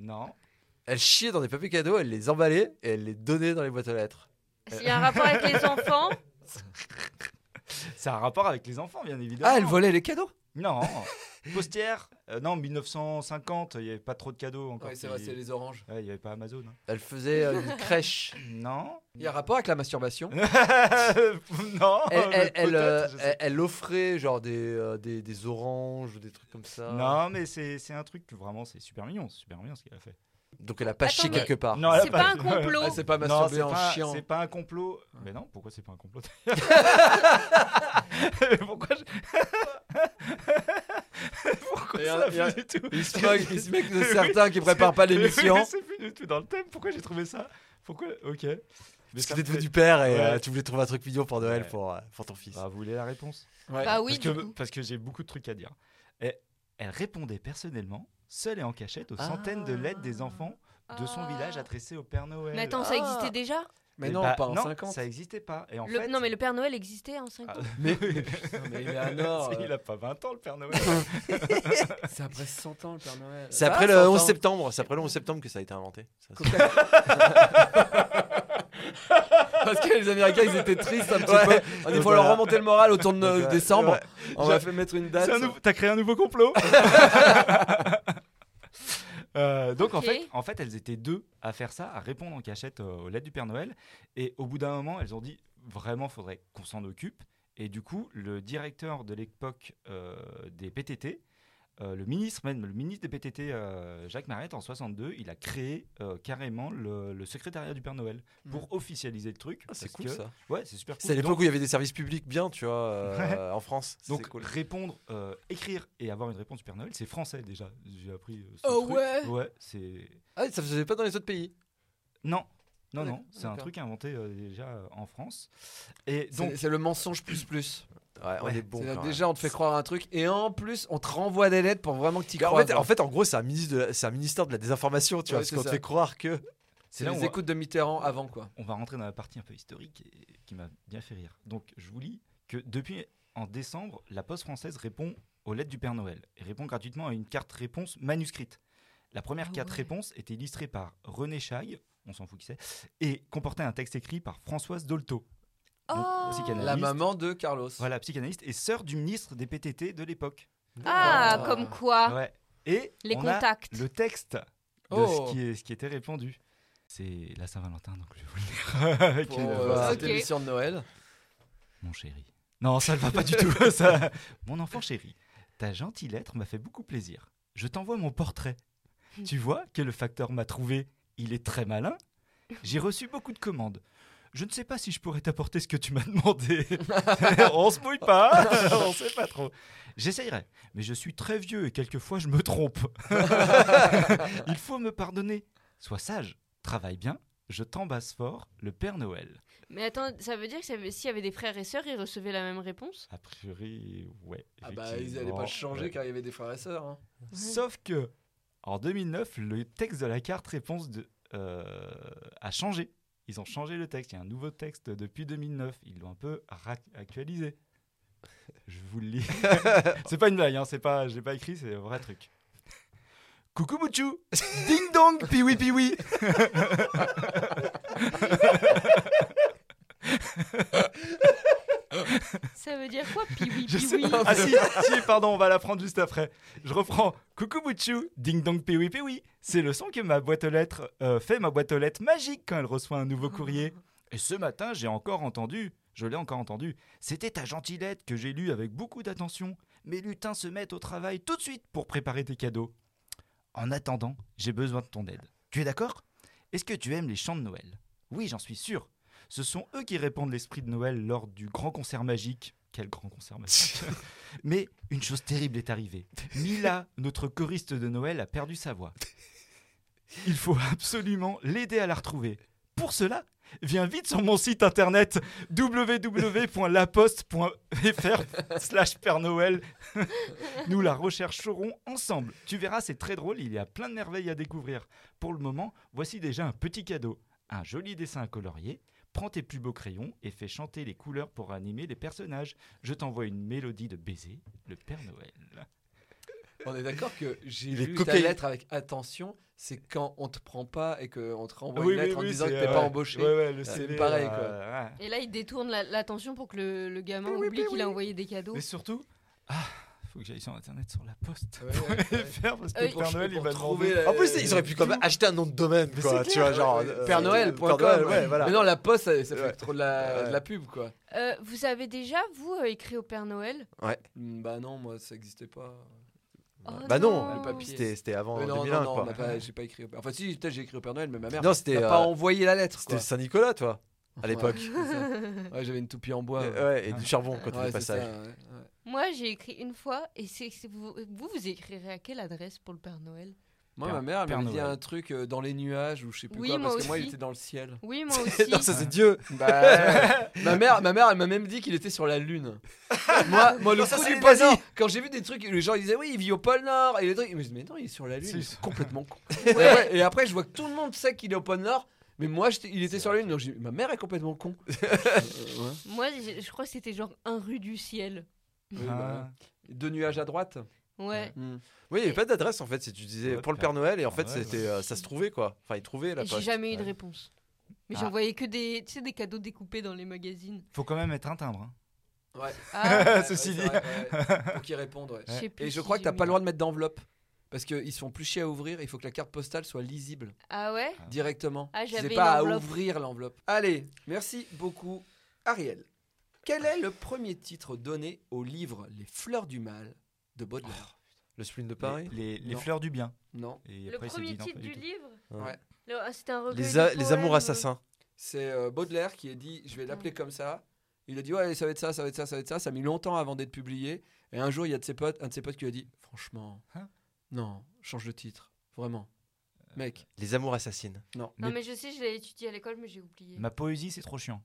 C: Non.
B: Elle chiait dans des papiers cadeaux, elle les emballait et elle les donnait dans les boîtes aux lettres.
C: Euh.
D: S'il y a un rapport avec les enfants,
C: C'est un rapport avec les enfants, bien évidemment.
A: Ah, elle volait les cadeaux
C: Non. Postière. Euh, non, 1950, il n'y avait pas trop de cadeaux encore. Il-
A: les oranges.
C: Ouais, il n'y avait pas Amazon. hein.
B: Elle faisait euh, une crèche.
C: Non.
A: Il y a rapport avec la masturbation.
C: non.
B: Elle,
C: mais
B: elle, elle, euh,
C: peut-être, je sais
B: elle- elle offrait genre des, euh, des, des oranges ou des trucs comme ça.
C: pas. Non, mais c'est c'est un truc que vraiment, c'est super mignon. C'est super mignon ce qu'elle a fait.
B: Donc elle a pas
D: Attends,
B: chié
D: mais-
B: quelque part.
C: Non, elle a
D: c'est pas un complot.
A: Ah, c'est pas
C: Non,
A: masturbé
C: c'est
A: en
C: pas-
A: chiant.
C: C'est pas un complot. Mais non, pourquoi c'est pas un complot Pourquoi je... Pourquoi
A: Et
C: ça
A: un- et un-
C: plus du tout
A: Il se moque- il se moque de
C: Oui,
A: certains qui
C: c'est-
A: préparent pas
C: oui,
A: l'émission.
C: C'est plus du tout dans le thème. Pourquoi j'ai trouvé ça Pourquoi Ok.
B: Parce
C: ça
B: que
C: me
B: t'es devenu
C: fait-
B: père et euh,
C: Ouais.
B: tu voulais trouver un truc mignon pour Noël
C: Ouais.
B: pour, euh, pour ton fils.
A: bah,
C: Ah, vous voulez la réponse
A: Ouais.
D: Bah oui,
C: parce, que,
D: du coup.
C: parce que j'ai beaucoup de trucs à dire. Et elle répondait personnellement, seule et en cachette, aux
A: Ah.
C: centaines de lettres des enfants de son
D: Ah.
C: village adressées au Père Noël.
D: Mais attends, ça existait déjà
A: Mais
C: Eh
A: non,
C: bah,
A: pas en
C: non,
A: 50.
C: Ça n'existait pas. Et en
D: Le-
C: fait,
D: Non, mais le Père Noël existait en
C: Ah,
D: 50 ans.
A: Mais, mais putain, mais Eleanor,
C: il
A: euh,
C: a pas 20 ans, le Père Noël.
A: c'est après 100 ans le Père Noël.
B: C'est
A: Ça
B: après
A: va,
B: le
A: 100
B: 11
A: ans.
B: septembre. C'est après le 11 septembre que ça a été inventé. Ça, c'est-
A: Parce que les Américains, ils étaient tristes un petit
B: Ouais.
A: peu. Il faut
B: Voilà.
A: leur remonter le moral autour de
B: Donc,
A: euh,
B: euh,
A: décembre.
B: ouais.
A: On
C: J'ai-
A: va fait mettre une date.
C: C'est un nou- T'as créé un nouveau complot Euh, donc en
D: Ok.
C: fait, en fait, elles étaient deux à faire ça, à répondre en cachette euh, aux lettres du Père Noël. Et au bout d'un moment, elles ont dit vraiment, faudrait qu'on s'en occupe. Et du coup, le directeur de l'époque euh, des PTT, euh, le ministre même, le ministre des PTT, euh, Jacques Mariette, en 62, il a créé euh, carrément le, le secrétariat du Père Noël pour officialiser le truc.
B: Hmm. Ah, C'est
C: parce
B: cool
C: que-
B: ça.
C: Ouais, c'est super cool.
B: C'est à
C: Donc-
B: l'époque où il y avait des services publics bien, tu vois, euh, en France. C'est
C: donc
B: cool.
C: répondre, euh, écrire et avoir une réponse du Père Noël, c'est français déjà. J'ai appris euh, ce
D: Oh
C: truc.
D: ouais
C: Ouais, c'est
B: Ah, ça faisait pas dans les autres pays.
C: non, non,
B: Ah,
C: non,
B: d'accord,
C: c'est un
B: d'accord.
C: truc inventé euh, déjà euh, en France. Et donc
A: C'est c'est le mensonge plus plus.
B: Ouais, on
C: Ouais,
B: est bon.
A: C'est-à-dire,
B: quand même.
A: déjà, on te fait croire un truc et en plus, on te renvoie des lettres pour vraiment que tu
B: En
A: crois.
B: fait, en fait, en gros, c'est un, ministre de la- c'est un ministère de la désinformation, tu vois,
A: Ouais,
B: parce
A: c'est
B: qu'on te
A: ça.
B: fait croire que.
A: c'est
C: c'est là où
A: les
C: on va,
A: écoutes de Mitterrand avant quoi.
C: on va rentrer dans la partie un peu historique et- qui m'a bien fait rire. Donc je vous lis que depuis en décembre, la Poste française répond aux lettres du Père Noël et répond gratuitement à une carte réponse manuscrite. La première
D: Ah
C: carte
D: ouais.
C: réponse était illustrée par René Chaille, on s'en fout qui c'est, et comportait un texte écrit par Françoise Dolto. Donc,
D: Oh.
C: psychanalyste.
A: La maman de Carlos.
C: Voilà, psychanalyste et sœur du ministre des PTT de l'époque.
D: Ah,
A: Ah.
D: comme quoi
C: Ouais. Et
D: Les
C: on a
D: contacts.
C: le texte de
A: Oh.
C: ce, qui est- ce qui était répandu. C'est la Saint-Valentin, donc je vais vous le lire. avec
A: Pour
C: une
A: euh,
C: voix.
A: cette
D: Ok.
A: émission de Noël.
C: Mon chéri. Non, ça ne va pas du tout. Ça... Mon enfant chéri, ta gentille lettre m'a fait beaucoup plaisir. Je t'envoie mon portrait. Tu vois que le facteur m'a trouvé. Il est très malin. J'ai reçu beaucoup de commandes. Je ne sais pas si je pourrais t'apporter ce que tu m'as demandé. on se mouille pas, on sait pas trop. J'essayerai, mais je suis très vieux et quelquefois je me trompe. Il faut me pardonner. Sois sage, travaille bien. Je t'embrasse fort, le Père Noël.
D: Mais attends, ça veut dire que ça veut- s'il y avait des frères et sœurs, ils recevaient la même réponse
C: A priori, ouais.
A: Ah bah, ils allaient pas
C: effectivement,
A: changer
C: ouais.
A: car il y avait des frères et sœurs. hein.
C: Sauf que, en 2009, le texte de la carte réponse de, euh, a changé. Ils ont changé le texte. Il y a un nouveau texte depuis 2009. Ils l'ont un peu ra- actualisé. Je vous le lis. c'est pas une blague, hein. c'est pas, j'ai pas écrit, c'est un vrai truc. Coucou Mouchou Ding dong Piwi piwi
D: Ça veut dire quoi Piwi,
C: Je sais
D: piwi
C: pas. Ah si, si, pardon, on va la prendre juste après. Je reprends. Coucou Bouchou, ding dong piwi piwi. C'est le son que ma boîte aux lettres euh, fait ma boîte aux lettres magique quand elle reçoit un nouveau courrier. Et ce matin, j'ai encore entendu, je l'ai encore entendu. C'était ta gentille lettre que j'ai lue avec beaucoup d'attention. Mes lutins se mettent au travail tout de suite pour préparer tes cadeaux. En attendant, j'ai besoin de ton aide. Tu es d'accord Est-ce que tu aimes les chants de Noël Oui, j'en suis sûr. Ce sont eux qui répandent l'esprit de Noël lors du grand concert magique. Quel grand concert magique Mais une chose terrible est arrivée. Mila, notre choriste de Noël, a perdu sa voix. Il faut absolument l'aider à la retrouver. Pour cela, viens vite sur mon site internet www.laposte.fr slash Père Noël. Nous la rechercherons ensemble. Tu verras, c'est très drôle, il y a plein de merveilles à découvrir. Pour le moment, voici déjà un petit cadeau. Un joli dessin à colorier. Prends tes plus beaux crayons et fais chanter les couleurs pour animer les personnages. Je t'envoie une mélodie de baiser, le Père Noël.
A: On est d'accord que j'ai
B: Il est
A: lu ta
B: cocaïne.
A: lettre avec attention. C'est quand on te prend pas et qu'on te renvoie
C: Oui,
A: une
C: oui,
A: lettre en
C: oui,
A: disant que
C: c'est,
A: t'es
C: euh,
A: pas
C: ouais.
A: embauché.
C: Ouais, ouais, le
A: C'est
C: CV,
A: pareil,
C: euh,
A: quoi.
C: ouais.
D: Et là, il détourne la- l'attention pour que le, le gamin oublie qu'il a envoyé des cadeaux.
C: Mais surtout, ah, faut que j'aille sur internet sur la poste.
A: Ouais, ouais, ouais.
C: faire parce que
D: Euh,
C: le Père
A: Pour-
C: Noël il
A: pour
C: va
A: trouver
C: trouver.
A: la-
B: En plus, ils auraient pu quand même acheter un nom de domaine,
C: Mais
B: quoi, tu
C: c'est clair,
B: vois, genre.
A: ouais,
B: euh,
A: Père
B: euh,
A: Noël.com,
B: Noël, ouais,
A: ouais.
B: voilà.
A: Mais non, la poste, ça, ça fait
B: Ouais.
A: trop de la, de la pub quoi.
D: Euh, vous avez déjà, vous, euh, écrit au Père Noël
A: Hmm, Bah non, moi ça existait pas.
D: Oh
B: bah non,
D: non.
A: Le papier.
B: c'était c'était avant
A: Euh, non,
B: 2001,
A: non, non,
B: quoi.
A: on n'a pas- j'ai pas écrit au Père. Enfin, si, peut-être j'ai écrit au Père Noël, mais ma mère.
B: Non, c'était,
A: n'a pas
B: euh,
A: envoyé la lettre.
B: C'était
A: quoi.
B: Saint-Nicolas, toi, à
A: Ouais,
B: l'époque.
A: c'est ça. Ouais, j'avais une toupie en bois.
B: Euh,
A: Ouais,
B: Ouais, et du charbon quand
A: Ouais,
B: on est
A: c'est ça,
B: passage.
A: ouais, ouais.
D: Moi, j'ai écrit une fois, et c'est c'est- vous, vous, vous écrirez à quelle adresse pour le Père Noël
A: Moi,
C: Père-
A: ma mère, elle
C: Père
A: m'avait dit
C: Noël.
A: un truc euh, dans les nuages ou je sais plus
D: Oui,
A: quoi,
D: moi
A: parce que moi, il
D: aussi.
A: était dans le ciel.
D: Oui, moi aussi.
B: non, ça c'est Dieu.
A: Bah, ma mère, ma mère, elle m'a même dit qu'il était sur la lune. moi, moi, le
B: ça,
A: coup
B: c'est
A: du
B: les
A: pôle
B: nazis.
A: Nord, Quand j'ai vu des trucs, les gens ils disaient oui, il vit au pôle Nord et les trucs. Mais je dis mais non, il est sur la lune.
C: Si,
A: il est
C: c'est-
A: complètement con. et, après, et après, je vois que tout le monde sait qu'il est au pôle Nord. Mais moi, j'étais- il était sur la lune, donc j'ai dit, ma mère est complètement con. Euh, ouais.
D: Moi, je, je crois que c'était genre un rue du ciel.
A: Oui,
B: Ah.
A: bah, Deux nuages à droite.
D: Ouais.
A: Hmm.
B: Oui, il n'y avait pas d'adresse en fait. Si tu disais
C: Ouais,
B: pour le
C: Père
B: Père Noël, et en
C: Père
B: fait,
C: Noël,
B: c'était, euh, ça se trouvait quoi. Enfin, il trouvait la
D: Et J'ai
B: poste.
D: jamais eu de
B: Ouais.
D: réponse. Mais
C: Ah.
D: j'envoyais que des, tu sais, des cadeaux découpés dans les magazines.
C: Faut quand même être un timbre. hein.
A: Ouais.
D: Ah,
C: Ceci
A: c'est
C: dit.
A: vrai, ouais. Faut qu'ils répondent. ouais.
D: je sais plus
A: Et je
D: si
A: crois que
D: j'ai
A: t'as
D: mis.
A: pas le droit de mettre d'enveloppe. Parce qu'ils se font plus chier à ouvrir, il faut que la carte postale soit lisible
D: Ah ouais
A: directement.
D: Ah, j'avais
A: C'est pas à
D: une enveloppe.
A: ouvrir l'enveloppe. Allez, merci beaucoup, Ariel. Quel est le premier titre donné au livre Les Fleurs du Mal de Baudelaire
B: Le spleen de
C: Les-
B: Paris.
C: Les, les
A: Non.
C: fleurs du bien.
A: Non,
C: Et
D: Le
C: après, il s'est
D: premier
C: dit non,
D: titre
C: pas
D: du
C: tout.
D: livre
A: Ouais.
D: Le- ah, C'était un recueil
B: Les,
D: de
B: a- les
D: poèmes.
B: amours assassins.
A: c'est euh, Baudelaire qui a dit Je vais l'appeler comme ça. Il a dit Ouais, ça va être ça, ça va être ça, ça va être ça. Ça a mis longtemps avant d'être publié. Et un jour, il y a de ses potes, un de ses potes qui lui a dit Franchement,
C: Hein Euh,
A: non, change de titre. Vraiment. Mec,
B: Les amours assassines.
A: non.
D: Non, mais je sais, je l'ai étudié à l'école, mais j'ai oublié.
C: Ma poésie, c'est trop chiant.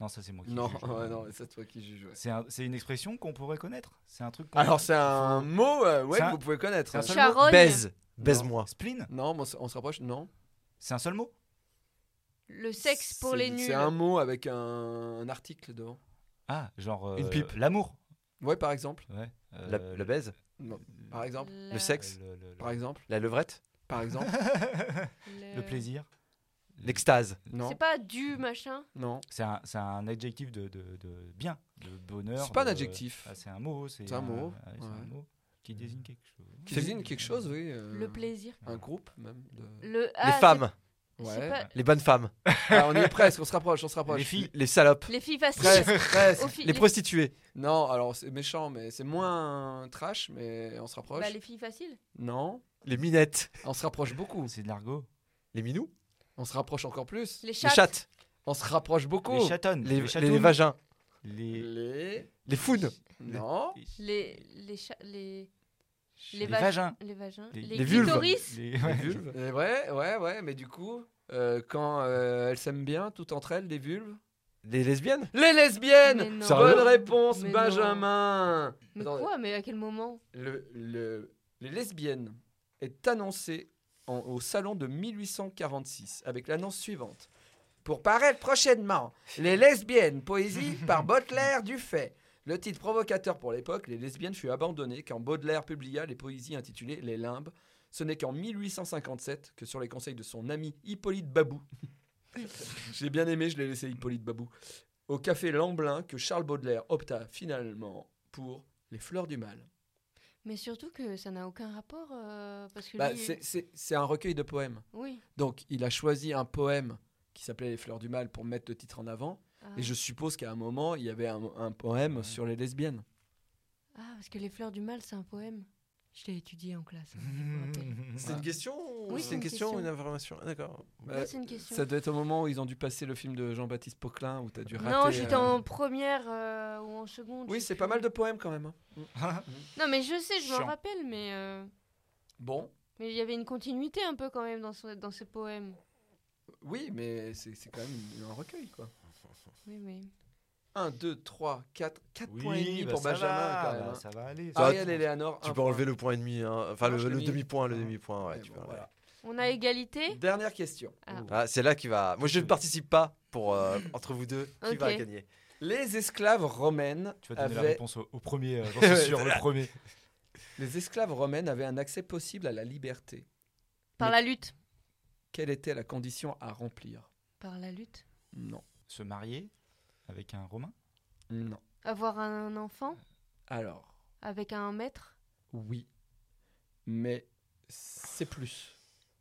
C: Non, ça c'est moi qui
A: Non,
C: juge.
A: ouais, non, c'est toi qui juge. ouais.
C: C'est un- c'est une expression qu'on pourrait connaître. C'est un truc. qu'on-
A: Alors c'est un mot, euh, ouais,
C: C'est un-
A: que vous pouvez connaître.
C: c'est un
A: ouais.
C: seul mot.
D: Charogne.
B: Baise. Baise-moi.
C: Spleen.
A: Non, mais on, se- on se rapproche. Non.
C: C'est un seul mot.
D: Le sexe pour
A: C'est-
D: les nuls.
A: C'est un mot avec un, un article devant.
C: Ah, genre. euh,
B: Une pipe.
C: L'amour.
A: Ouais, par exemple.
C: Ouais. euh,
B: La, la baise.
A: Non. Par exemple.
D: La-
B: Le sexe.
C: le- le- le-
A: Par exemple.
B: La levrette.
A: Par exemple.
D: le-
C: le plaisir.
B: L'extase.
A: Non.
D: C'est pas du machin.
A: Non.
C: C'est un, c'est un adjectif de, de- de bien, de bonheur.
A: C'est pas un
C: de-
A: adjectif.
C: Ah, c'est un mot. C'est
A: C'est un mot,
C: ouais, c'est un
A: ouais. Mmh.
C: mot qui désigne quelque chose.
A: Qui désigne quelque chose, oui. euh,
D: Le plaisir.
A: Un groupe même. de-
D: Le... ah,
B: les femmes.
D: c'est- c'est
A: Ouais.
D: pas-
B: Les bonnes femmes.
A: Ah, on y est presque. On se rapproche. On se rapproche.
C: Les filles.
B: Les salopes.
D: Les filles faciles.
A: Presque. presque.
D: Aux filles-
B: Les
D: les-
B: prostituées.
A: Non. Alors c'est méchant, mais c'est moins trash, mais on se rapproche.
D: bah, les filles faciles.
A: Non.
B: Les minettes.
A: On se rapproche beaucoup.
C: C'est de l'argot.
B: Les minous.
A: On se rapproche encore plus.
D: Les
B: Les
D: chattes.
B: chattes.
A: On se rapproche beaucoup.
C: Les chatonnes.
B: Les,
C: les
B: les,
C: chatons,
B: vagins.
C: les-
A: Les.
B: Les founes.
A: Non.
D: Les, les, cha- les,
C: les
D: vag-
C: vagins.
D: les vagins. Les,
C: Les-
B: les vulves.
D: clitoris.
C: Les- ouais.
A: Et Eh ouais, ouais, ouais, mais du coup, euh, quand euh, elles s'aiment bien, toutes entre elles, les vulves.
B: Les lesbiennes.
A: Les lesbiennes
D: Mais non.
A: Bonne
B: Sérieux
A: réponse,
D: Mais
A: Benjamin
D: Mais
A: Attends,
D: quoi Mais à quel moment
A: le, le- Les lesbiennes est annoncé en- au salon de 1846 avec l'annonce suivante. Pour paraître prochainement, Les lesbiennes, poésie par Baudelaire Dufay. Le titre provocateur pour l'époque, Les lesbiennes fut abandonné quand Baudelaire publia les poésies intitulées Les limbes. Ce n'est qu'en 1857 que, sur les conseils de son ami Hippolyte Babou, j'ai bien aimé, je l'ai laissé Hippolyte Babou, au café Lamblin, que Charles Baudelaire opta finalement pour Les fleurs du mal.
D: Mais surtout que ça n'a aucun rapport. euh, parce que
A: Bah,
D: lui-
A: c'est- c'est c'est un recueil de poèmes.
D: Oui.
A: Donc, il a choisi un poème qui s'appelait Les fleurs du mal pour mettre le titre en avant.
D: Ah.
A: Et je suppose qu'à un moment, il y avait un, un poème sur les lesbiennes.
D: Ah, parce que Les Fleurs du Mal, c'est un poème. Je l'ai étudié en classe. hein, je
C: Mmh.
D: me rappelle.
B: C'est une question ou
D: Oui,
B: c'est une question, ou une information Ah, D'accord.
D: Ouais, c'est une question.
A: Euh, Ça doit être au moment où ils ont dû passer le film de Jean-Baptiste Poquelin, où t'as dû rater.
D: Non, j'étais
A: euh,
D: en première euh, ou en seconde.
A: Oui,
D: je sais
A: c'est
D: plus.
A: pas mal de poèmes quand même. hein.
D: Non, mais je sais, je m'en
C: Chiant.
D: rappelle, mais euh,
A: Bon,
D: mais il y avait une continuité un peu quand même dans, ce- dans ces poèmes.
A: oui, mais c'est c'est quand même une- un recueil, quoi.
D: Oui, mais
A: 1, 2, 3, 4. 4
C: Oui,
A: points et demi
C: bah,
A: pour
C: ça
A: Benjamin,
C: va,
A: quand même.
C: bah,
A: hein.
C: ça va aller. ça
A: Ariel
C: va.
A: et Léonore.
B: Tu
A: un
B: peux enlever
A: point.
B: le point et demi, hein. enfin
A: Non, je
B: le,
A: l'ai
B: le
A: mis.
B: demi-point, le demi-point, Ah. ouais,
A: Mais
B: tu
A: bon,
B: peux, ouais.
A: voilà.
D: on a égalité.
A: Dernière question.
D: Ah.
B: Ah, c'est là qui va. Moi, je ne participe pas pour euh, entre vous deux. Qui va
D: Ok.
B: gagner
A: Les esclaves romaines
C: Tu vas donner la
A: avaient
C: réponse au, au premier, euh, j'en suis
B: Ouais,
C: sûr, le premier.
A: les esclaves romaines avaient un accès possible à la liberté.
D: Par
A: Mais-
D: la lutte.
A: Quelle était la condition à remplir
D: Par la lutte.
A: Non.
C: Se marier avec un Romain
A: Non.
D: Avoir un enfant
A: Alors,
D: avec un maître.
A: oui. Mais c'est plus.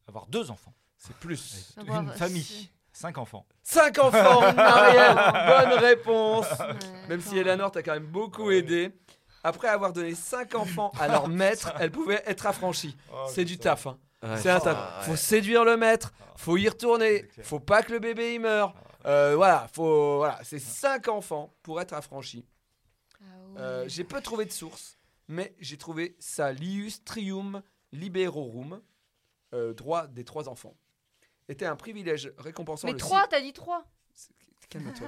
C: Avoir deux enfants
A: C'est plus.
D: Avoir
C: Une famille Cinq enfants
A: Cinq enfants, Ariel Bonne réponse
D: Ouais,
A: Même si
D: Euh, attends.
A: Eleanor t'a quand même beaucoup
C: Ouais.
A: aidé. Après avoir donné cinq enfants à leur maître, elle pouvait être affranchie.
C: Oh,
A: C'est du taf. hein. C'est un taf.
B: Ah, ouais.
A: Faut séduire le maître, faut y retourner,
C: C'est clair.
A: faut pas que le bébé y meure. Euh, voilà, faut voilà, c'est cinq enfants pour être affranchis.
D: Ah
A: Euh,
D: ouais.
A: j'ai peu trouvé de source, mais j'ai trouvé ça Lius Trium Liberorum euh, droits des trois enfants était un privilège récompensant
D: Mais
A: le
D: trois, t'as dit trois.
A: si- Calme-toi,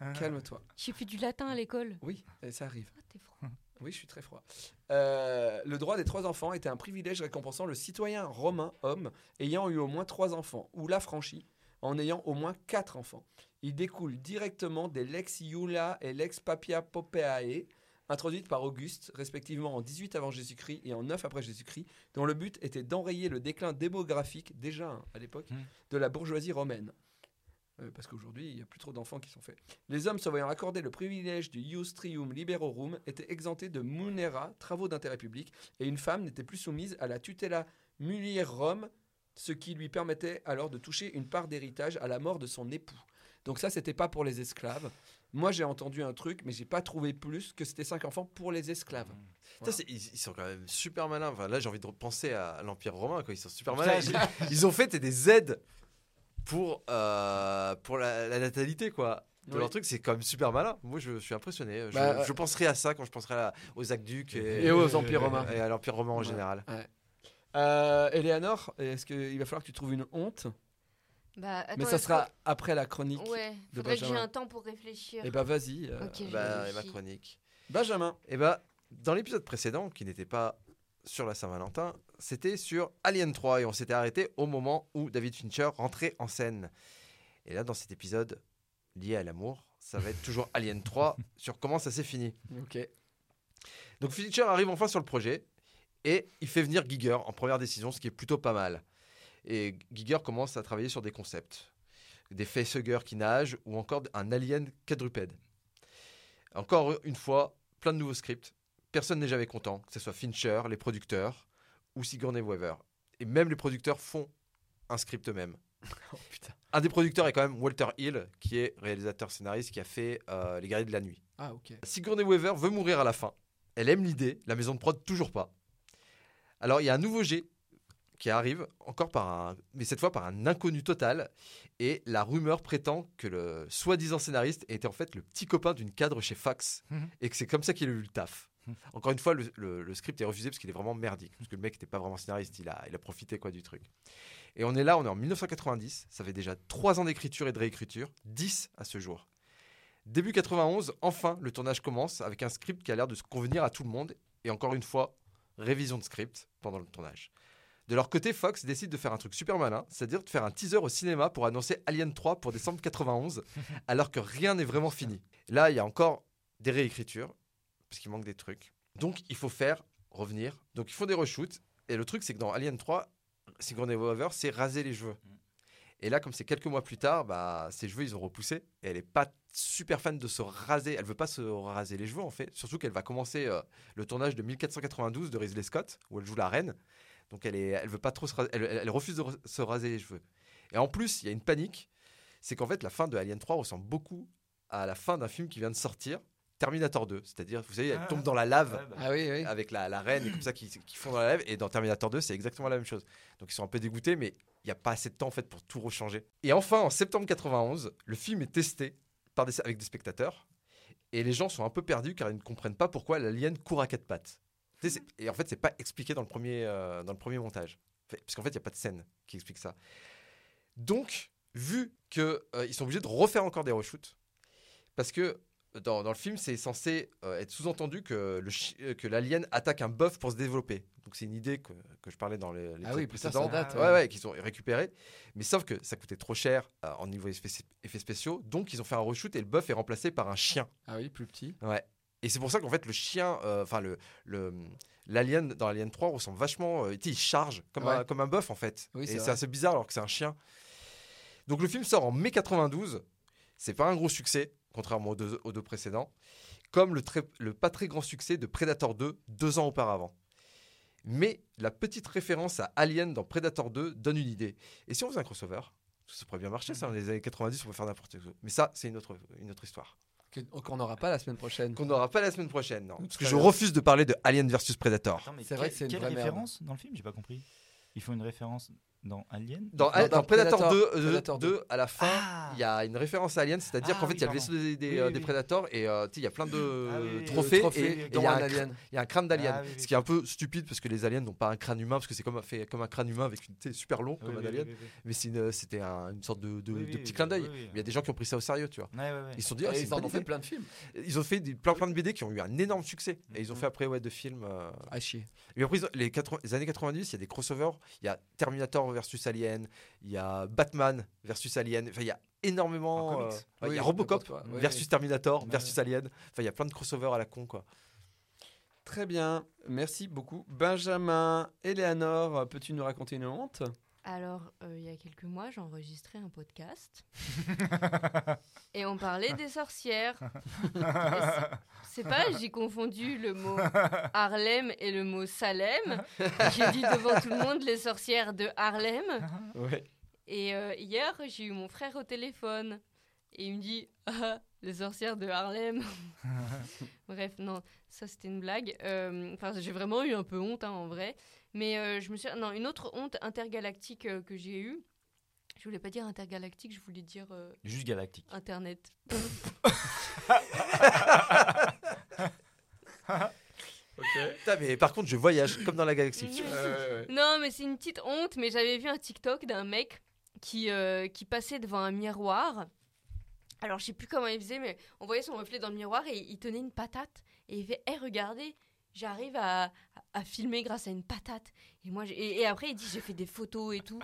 C: Ah.
A: calme-toi.
D: J'ai fait du latin à l'école.
A: Oui, euh, ça arrive.
D: Ah, t'es franc.
A: Oui, je suis très froid. Euh, le droit des trois enfants était un privilège récompensant le citoyen romain homme ayant eu au moins trois enfants ou l'affranchi en ayant au moins quatre enfants. Il découle directement des lex iulia et lex papia popeae introduites par Auguste, respectivement en 18 avant Jésus-Christ et en 9 après Jésus-Christ, dont le but était d'enrayer le déclin démographique, déjà hein, à l'époque,
C: Mm.
A: de la bourgeoisie romaine. Euh, parce qu'aujourd'hui, il n'y a plus trop d'enfants qui sont faits. Les hommes se voyant accorder le privilège du ius trium liberorum étaient exemptés de munera, travaux d'intérêt public, et une femme n'était plus soumise à la tutela mulierum, ce qui lui permettait alors de toucher une part d'héritage à la mort de son époux. Donc ça, c'était pas pour les esclaves. Moi, j'ai entendu un truc, mais j'ai pas trouvé plus que c'était cinq enfants pour les esclaves.
B: Putain, c'est- ils, ils sont quand même super malins. Enfin, là, j'ai envie de penser à l'Empire romain. Quoi. Ils sont super malins. Ils, ils ont fait des aides pour, euh, pour la, la natalité, quoi. De
A: Oui.
B: leur truc, c'est quand même super malin. Moi, je, suis impressionné. Je,
A: Bah,
B: je penserai à ça quand je penserai à- aux aqueducs et,
A: Et aux empires
C: Ah,
A: romains.
B: et à l'Empire romain en
A: Ouais.
B: général.
A: Euh, Eleanor, est-ce qu'il va falloir que tu trouves une honte
D: Bah, attends,
A: Mais ça
D: est-ce
A: sera après la chronique.
D: qu'on- Ouais,
A: de
D: faudrait que j'ai
A: Benjamin.
D: un temps pour réfléchir.
A: Et bah vas-y. euh,
D: Ok.
B: Bah,
D: je
B: et ma
D: suis-
B: chronique.
A: Benjamin.
B: Et bah, dans l'épisode précédent, qui n'était pas sur la Saint-Valentin, c'était sur Alien 3 et on s'était arrêté au moment où David Fincher rentrait en scène. Et là, dans cet épisode lié à l'amour, ça va être toujours Alien 3 sur comment ça s'est fini.
A: Ok.
B: Donc Fincher arrive enfin sur le projet et il fait venir Giger en première décision, ce qui est plutôt pas mal. Et Giger commence à travailler sur des concepts, des facehuggers qui nagent ou encore un alien quadrupède. Encore une fois, plein de nouveaux scripts. Personne n'est jamais content, que ce soit Fincher, les producteurs ou Sigourney Weaver. Et même les producteurs font un script eux-mêmes.
A: Oh putain.
B: Un des producteurs est quand même Walter Hill, qui est réalisateur scénariste qui a fait euh, Les Guerriers de la Nuit.
A: Ah ok.
B: Sigourney Weaver veut mourir à la fin. Elle aime l'idée, la maison de prod toujours pas. Alors il y a un nouveau G qui arrive, encore par un, mais cette fois par un inconnu total, et la rumeur prétend que le soi-disant scénariste était en fait le petit copain d'une cadre chez Fax,
C: Mhm.
B: et que c'est comme ça qu'il a eu le taf.
C: Mhm.
B: Encore une fois, le, le- le script est refusé parce qu'il est vraiment merdique, parce que le mec n'était pas vraiment scénariste, il a, il a profité quoi du truc. Et on est là, on est en 1990, ça fait déjà 3 ans d'écriture et de réécriture, 10 à ce jour. Début 91, enfin, le tournage commence avec un script qui a l'air de se convenir à tout le monde. Et encore une fois, révision de script pendant le tournage. De leur côté, Fox décide de faire un truc super malin, c'est-à-dire de faire un teaser au cinéma pour annoncer Alien 3 pour décembre 91, alors que rien n'est vraiment fini. Là, il y a encore des réécritures, parce qu'il manque des trucs. Donc, il faut faire revenir. Donc, ils font des reshoots. Et le truc, c'est que dans Alien 3, Sigourney Weaver s'est rasé les cheveux. Et là, comme c'est quelques mois plus tard, bah, ses cheveux, ils ont repoussé. Et elle est pas super fan de se raser. Elle veut pas se raser les cheveux, en fait. Surtout qu'elle va commencer euh, le tournage de 1492 de Ridley Scott, où elle joue la reine. Donc elle, est, elle veut pas trop se raser- elle, elle- elle refuse de re- se raser les cheveux. Et en plus, il y a une panique. C'est qu'en fait, la fin de Alien 3 ressemble beaucoup à la fin d'un film qui vient de sortir, Terminator 2. C'est-à-dire, vous savez, elle tombe dans la lave
C: bah.
A: Ah oui oui.
B: avec la, la reine et comme ça qui, qui font dans la lèvre. Et dans Terminator 2, c'est exactement la même chose. Donc ils sont un peu dégoûtés, mais il n'y a pas assez de temps en fait pour tout rechanger. Et enfin, en septembre 91, le film est testé par des, avec des spectateurs. Et les gens sont un peu perdus car ils ne comprennent pas pourquoi l'alien court à quatre pattes. Tu sais, c'est- Et en fait, c'est pas expliqué dans le premier, euh, dans le premier montage. Fait- Parce qu'en fait, il n'y a pas de scène qui explique ça. Donc, vu qu'ils sont obligés de refaire encore des reshoots, parce que euh, dans, dans le film, c'est censé euh, être sous-entendu que, le chi- euh, que l'alien attaque un bœuf pour se développer. Donc c'est une idée que, que je parlais dans les
A: Ah oui, putain, ça
B: précédent.
A: date.
B: Ouais, ouais, qu'ils ont récupéré. Mais sauf que ça coûtait trop cher euh, en niveau effets, effets spéciaux. Donc ils ont fait un reshoot et le bœuf est remplacé par un chien.
A: Ah oui, plus petit.
B: Ouais. Et c'est pour ça qu'en fait, le chien, euh, enfin, le- le, l'alien dans Alien 3 ressemble vachement. euh, tu sais, il charge comme,
A: Ouais.
B: un, comme un bœuf en fait.
A: Oui, c'est
B: et c'est
A: vrai.
B: assez bizarre alors que c'est un chien. Donc le film sort en mai 92. C'est pas un gros succès, contrairement aux deux, aux deux précédents. Comme le, très- le pas très grand succès de Predator 2 deux ans auparavant. Mais la petite référence à Alien dans Predator 2 donne une idée. Et si on faisait un crossover ça pourrait bien marcher, ça. Dans les années 90, on peut faire n'importe quoi. Mais ça, c'est une autre, une autre histoire
A: Que- oh, Qu'on n'aura pas la semaine prochaine.
B: qu'on n'aura pas la semaine prochaine, non.
A: Très
B: Parce que je
A: bien.
B: refuse de parler de Alien versus Predator.
C: Attends, mais
A: C'est vrai
C: quelle-
A: que c'est une
C: Quelle
A: vraie merde.
C: référence dans le film J'ai pas compris. Ils font une référence dans Alien
B: Dans,
A: Non,
B: dans
A: dans
B: Predator,
A: Predator,
B: 2, euh,
A: Predator
B: 2, à la fin,
C: Ah.
B: il y a une référence à Alien, c'est-à-dire
C: Ah
B: qu'en fait,
C: oui,
B: il y a le
C: pardon.
B: vaisseau des, des,
C: Oui,
B: euh,
C: oui,
B: des
C: oui.
B: Predators et euh, tu sais, il y a plein de
C: Ah oui, oui, oui.
B: trophées,
A: Trophées
B: et- et il
A: dans
B: y a
A: un
B: un
A: alien.
B: Il y a un crâne d'alien,
C: Ah oui, oui.
B: ce qui est un peu stupide parce que les aliens n'ont pas un crâne humain parce que c'est comme un- fait comme un crâne humain avec une tête super longue
C: Oui,
B: comme
C: oui,
B: un
C: oui,
B: alien,
C: oui, oui.
B: mais c'est une- c'était un- une sorte de, de-
C: Oui,
B: de
C: oui,
B: petit clin d'œil.
C: oui, oui.
B: Mais Il y a des gens qui ont pris ça au sérieux, tu vois.
C: Ouais, ouais, ouais.
B: Ils se sont dit, ah,
A: Et
B: c'est
A: ils
B: une
A: en
B: bonne
A: ont fait
B: idée.
A: plein de films.
B: Ils ont fait des- plein plein de BD qui ont eu un énorme succès et ils ont
C: Mhm.
B: fait après ouais de films. euh,
A: Ah, chier.
B: mais après, ils ont- les, 80 les années 90, il y a des crossovers. Il y a Terminator versus Alien. Il y a Batman versus Alien. Enfin, il y a
C: En
B: énormément.
C: comics.
B: euh, ouais, il y a Robocop versus Terminator
C: Ouais,
B: versus Alien. Enfin, il y a plein de crossovers à la con, quoi.
A: Très bien, merci beaucoup. Benjamin, Eleanor, peux-tu nous raconter une honte
D: Alors, euh, il y a quelques mois, j'ai enregistré un podcast. et on parlait des sorcières. Et C'est c'est pas, j'ai confondu le mot Harlem et le mot Salem. J'ai dit devant tout le monde les sorcières de Harlem.
A: Ouais.
D: Et euh, hier, j'ai eu mon frère au téléphone. Et il me dit Ah, les sorcières de Harlem. Bref, non, ça c'était une blague. Euh, Enfin, j'ai vraiment eu un peu honte hein, en vrai. Mais euh, je me suis. Non, une autre honte intergalactique euh, que j'ai eue. Je voulais pas dire intergalactique, je voulais dire euh,
C: Juste galactique.
D: internet.
B: Putain, mais par contre, je voyage comme dans la galaxie. tu vois.
D: Non, mais c'est une petite honte, mais j'avais vu un TikTok d'un mec qui, euh, qui passait devant un miroir. Alors, je sais plus comment il faisait, mais on voyait son reflet dans le miroir et il tenait une patate. Et il fait Hé, regardez, j'arrive à, à filmer grâce à une patate. Et, moi, j'ai- et, et après, il dit J'ai fait des photos et tout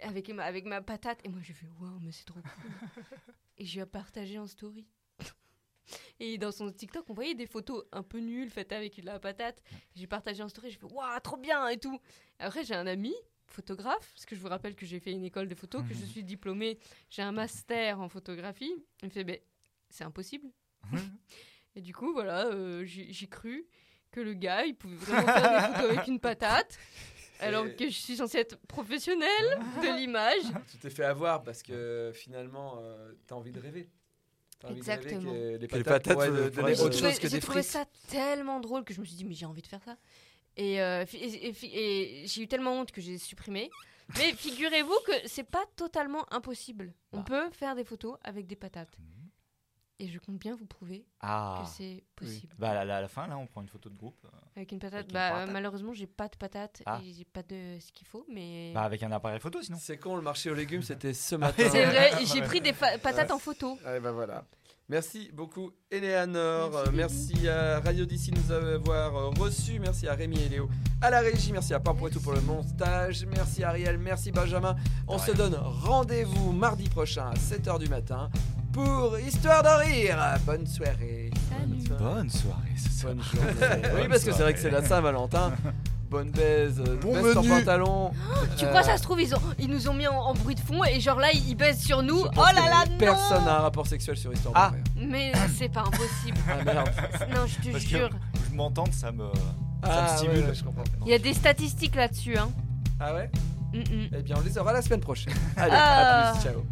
D: avec ma, avec ma patate. Et moi, j'ai fait Waouh, mais c'est trop cool. Et j'ai partagé en story. Et dans son TikTok, on voyait des photos un peu nulles faites avec la patate. J'ai partagé en story, j'ai fait Waouh, trop bien et tout. Après, j'ai un ami photographe, parce que je vous rappelle que j'ai fait une école de photo, que je suis diplômée, j'ai un master en photographie. Il me fait, ben, c'est impossible. Et du coup, voilà, euh, j'ai j'ai cru que le gars, il pouvait vraiment faire des photos avec une patate, alors que je suis censée être professionnelle de l'image.
A: Ah, Tu t'es fait avoir parce que finalement, euh, t'as envie de rêver. T'as envie de rêver
D: Exactement.
A: que les
B: Que les
A: patates,
B: patates,
A: pourraient
B: euh,
A: de-
B: pourraient
A: donner
B: être-
A: autre
D: J'ai trouvé-
A: chose que
D: J'ai
A: des
D: trouvé
A: frites.
D: ça tellement drôle que je me suis dit, mais j'ai envie de faire ça. Et, euh, fi- et- et fi- et j'ai eu tellement honte que j'ai supprimé. Mais figurez-vous que c'est pas totalement impossible. On peut faire des photos avec des patates. Et je compte bien vous prouver
C: Ah.
D: que c'est possible.
C: Bah, à la, à la fin, là, on prend une photo de groupe. euh,
D: Avec une patate,
C: Avec une
D: bah,
C: patate.
D: malheureusement, j'ai pas de patate
C: Ah.
D: et j'ai pas de ce qu'il faut, mais.
C: Bah, avec un appareil photo, sinon.
A: C'est con, le marché aux légumes, c'était ce matin.
D: c'est vrai, j'ai pris des fa- patates en photo.
A: Ah, et ben voilà. Merci beaucoup, Eleanor.
D: Merci,
A: Euh, Merci, à Radio d'ici de nous avoir euh, reçus. Merci à Rémi et Léo à la régie. Merci à Pampoitou pour le montage. Merci Ariel. Merci Benjamin. On se donne rendez-vous mardi prochain à 7h du matin pour Histoire d'en rire. Bonne soirée.
D: Salut.
C: Bonne soirée, ce soir.
A: Bonne journée. oui, parce que c'est vrai que c'est la Saint-Valentin. Bonne baise. euh,
B: Bon
A: baisse ton
B: menu.
A: pantalon.
D: Oh, Tu
A: Euh,
D: crois, ça se trouve, ils, ont, ils nous ont mis en, en bruit de fond et genre là, ils baissent sur nous.
A: je
D: Oh
A: pense
D: là
A: que
D: là, non
A: Personne n'a un rapport sexuel sur Histoire
B: Ah.
A: d'en rire.
D: Mais c'est pas impossible.
A: Ah merde.
D: Non, je te
C: Parce que-
D: jure.
C: Je m'entends, ça me,
A: Ah,
C: ça me stimule.
A: ouais, ouais, je comprends.
D: Il y a des statistiques là-dessus. Hein.
A: Ah ouais
D: Mm, mm.
A: Eh bien, on les aura la semaine prochaine. Allez, à
D: Ah.
A: plus, ciao.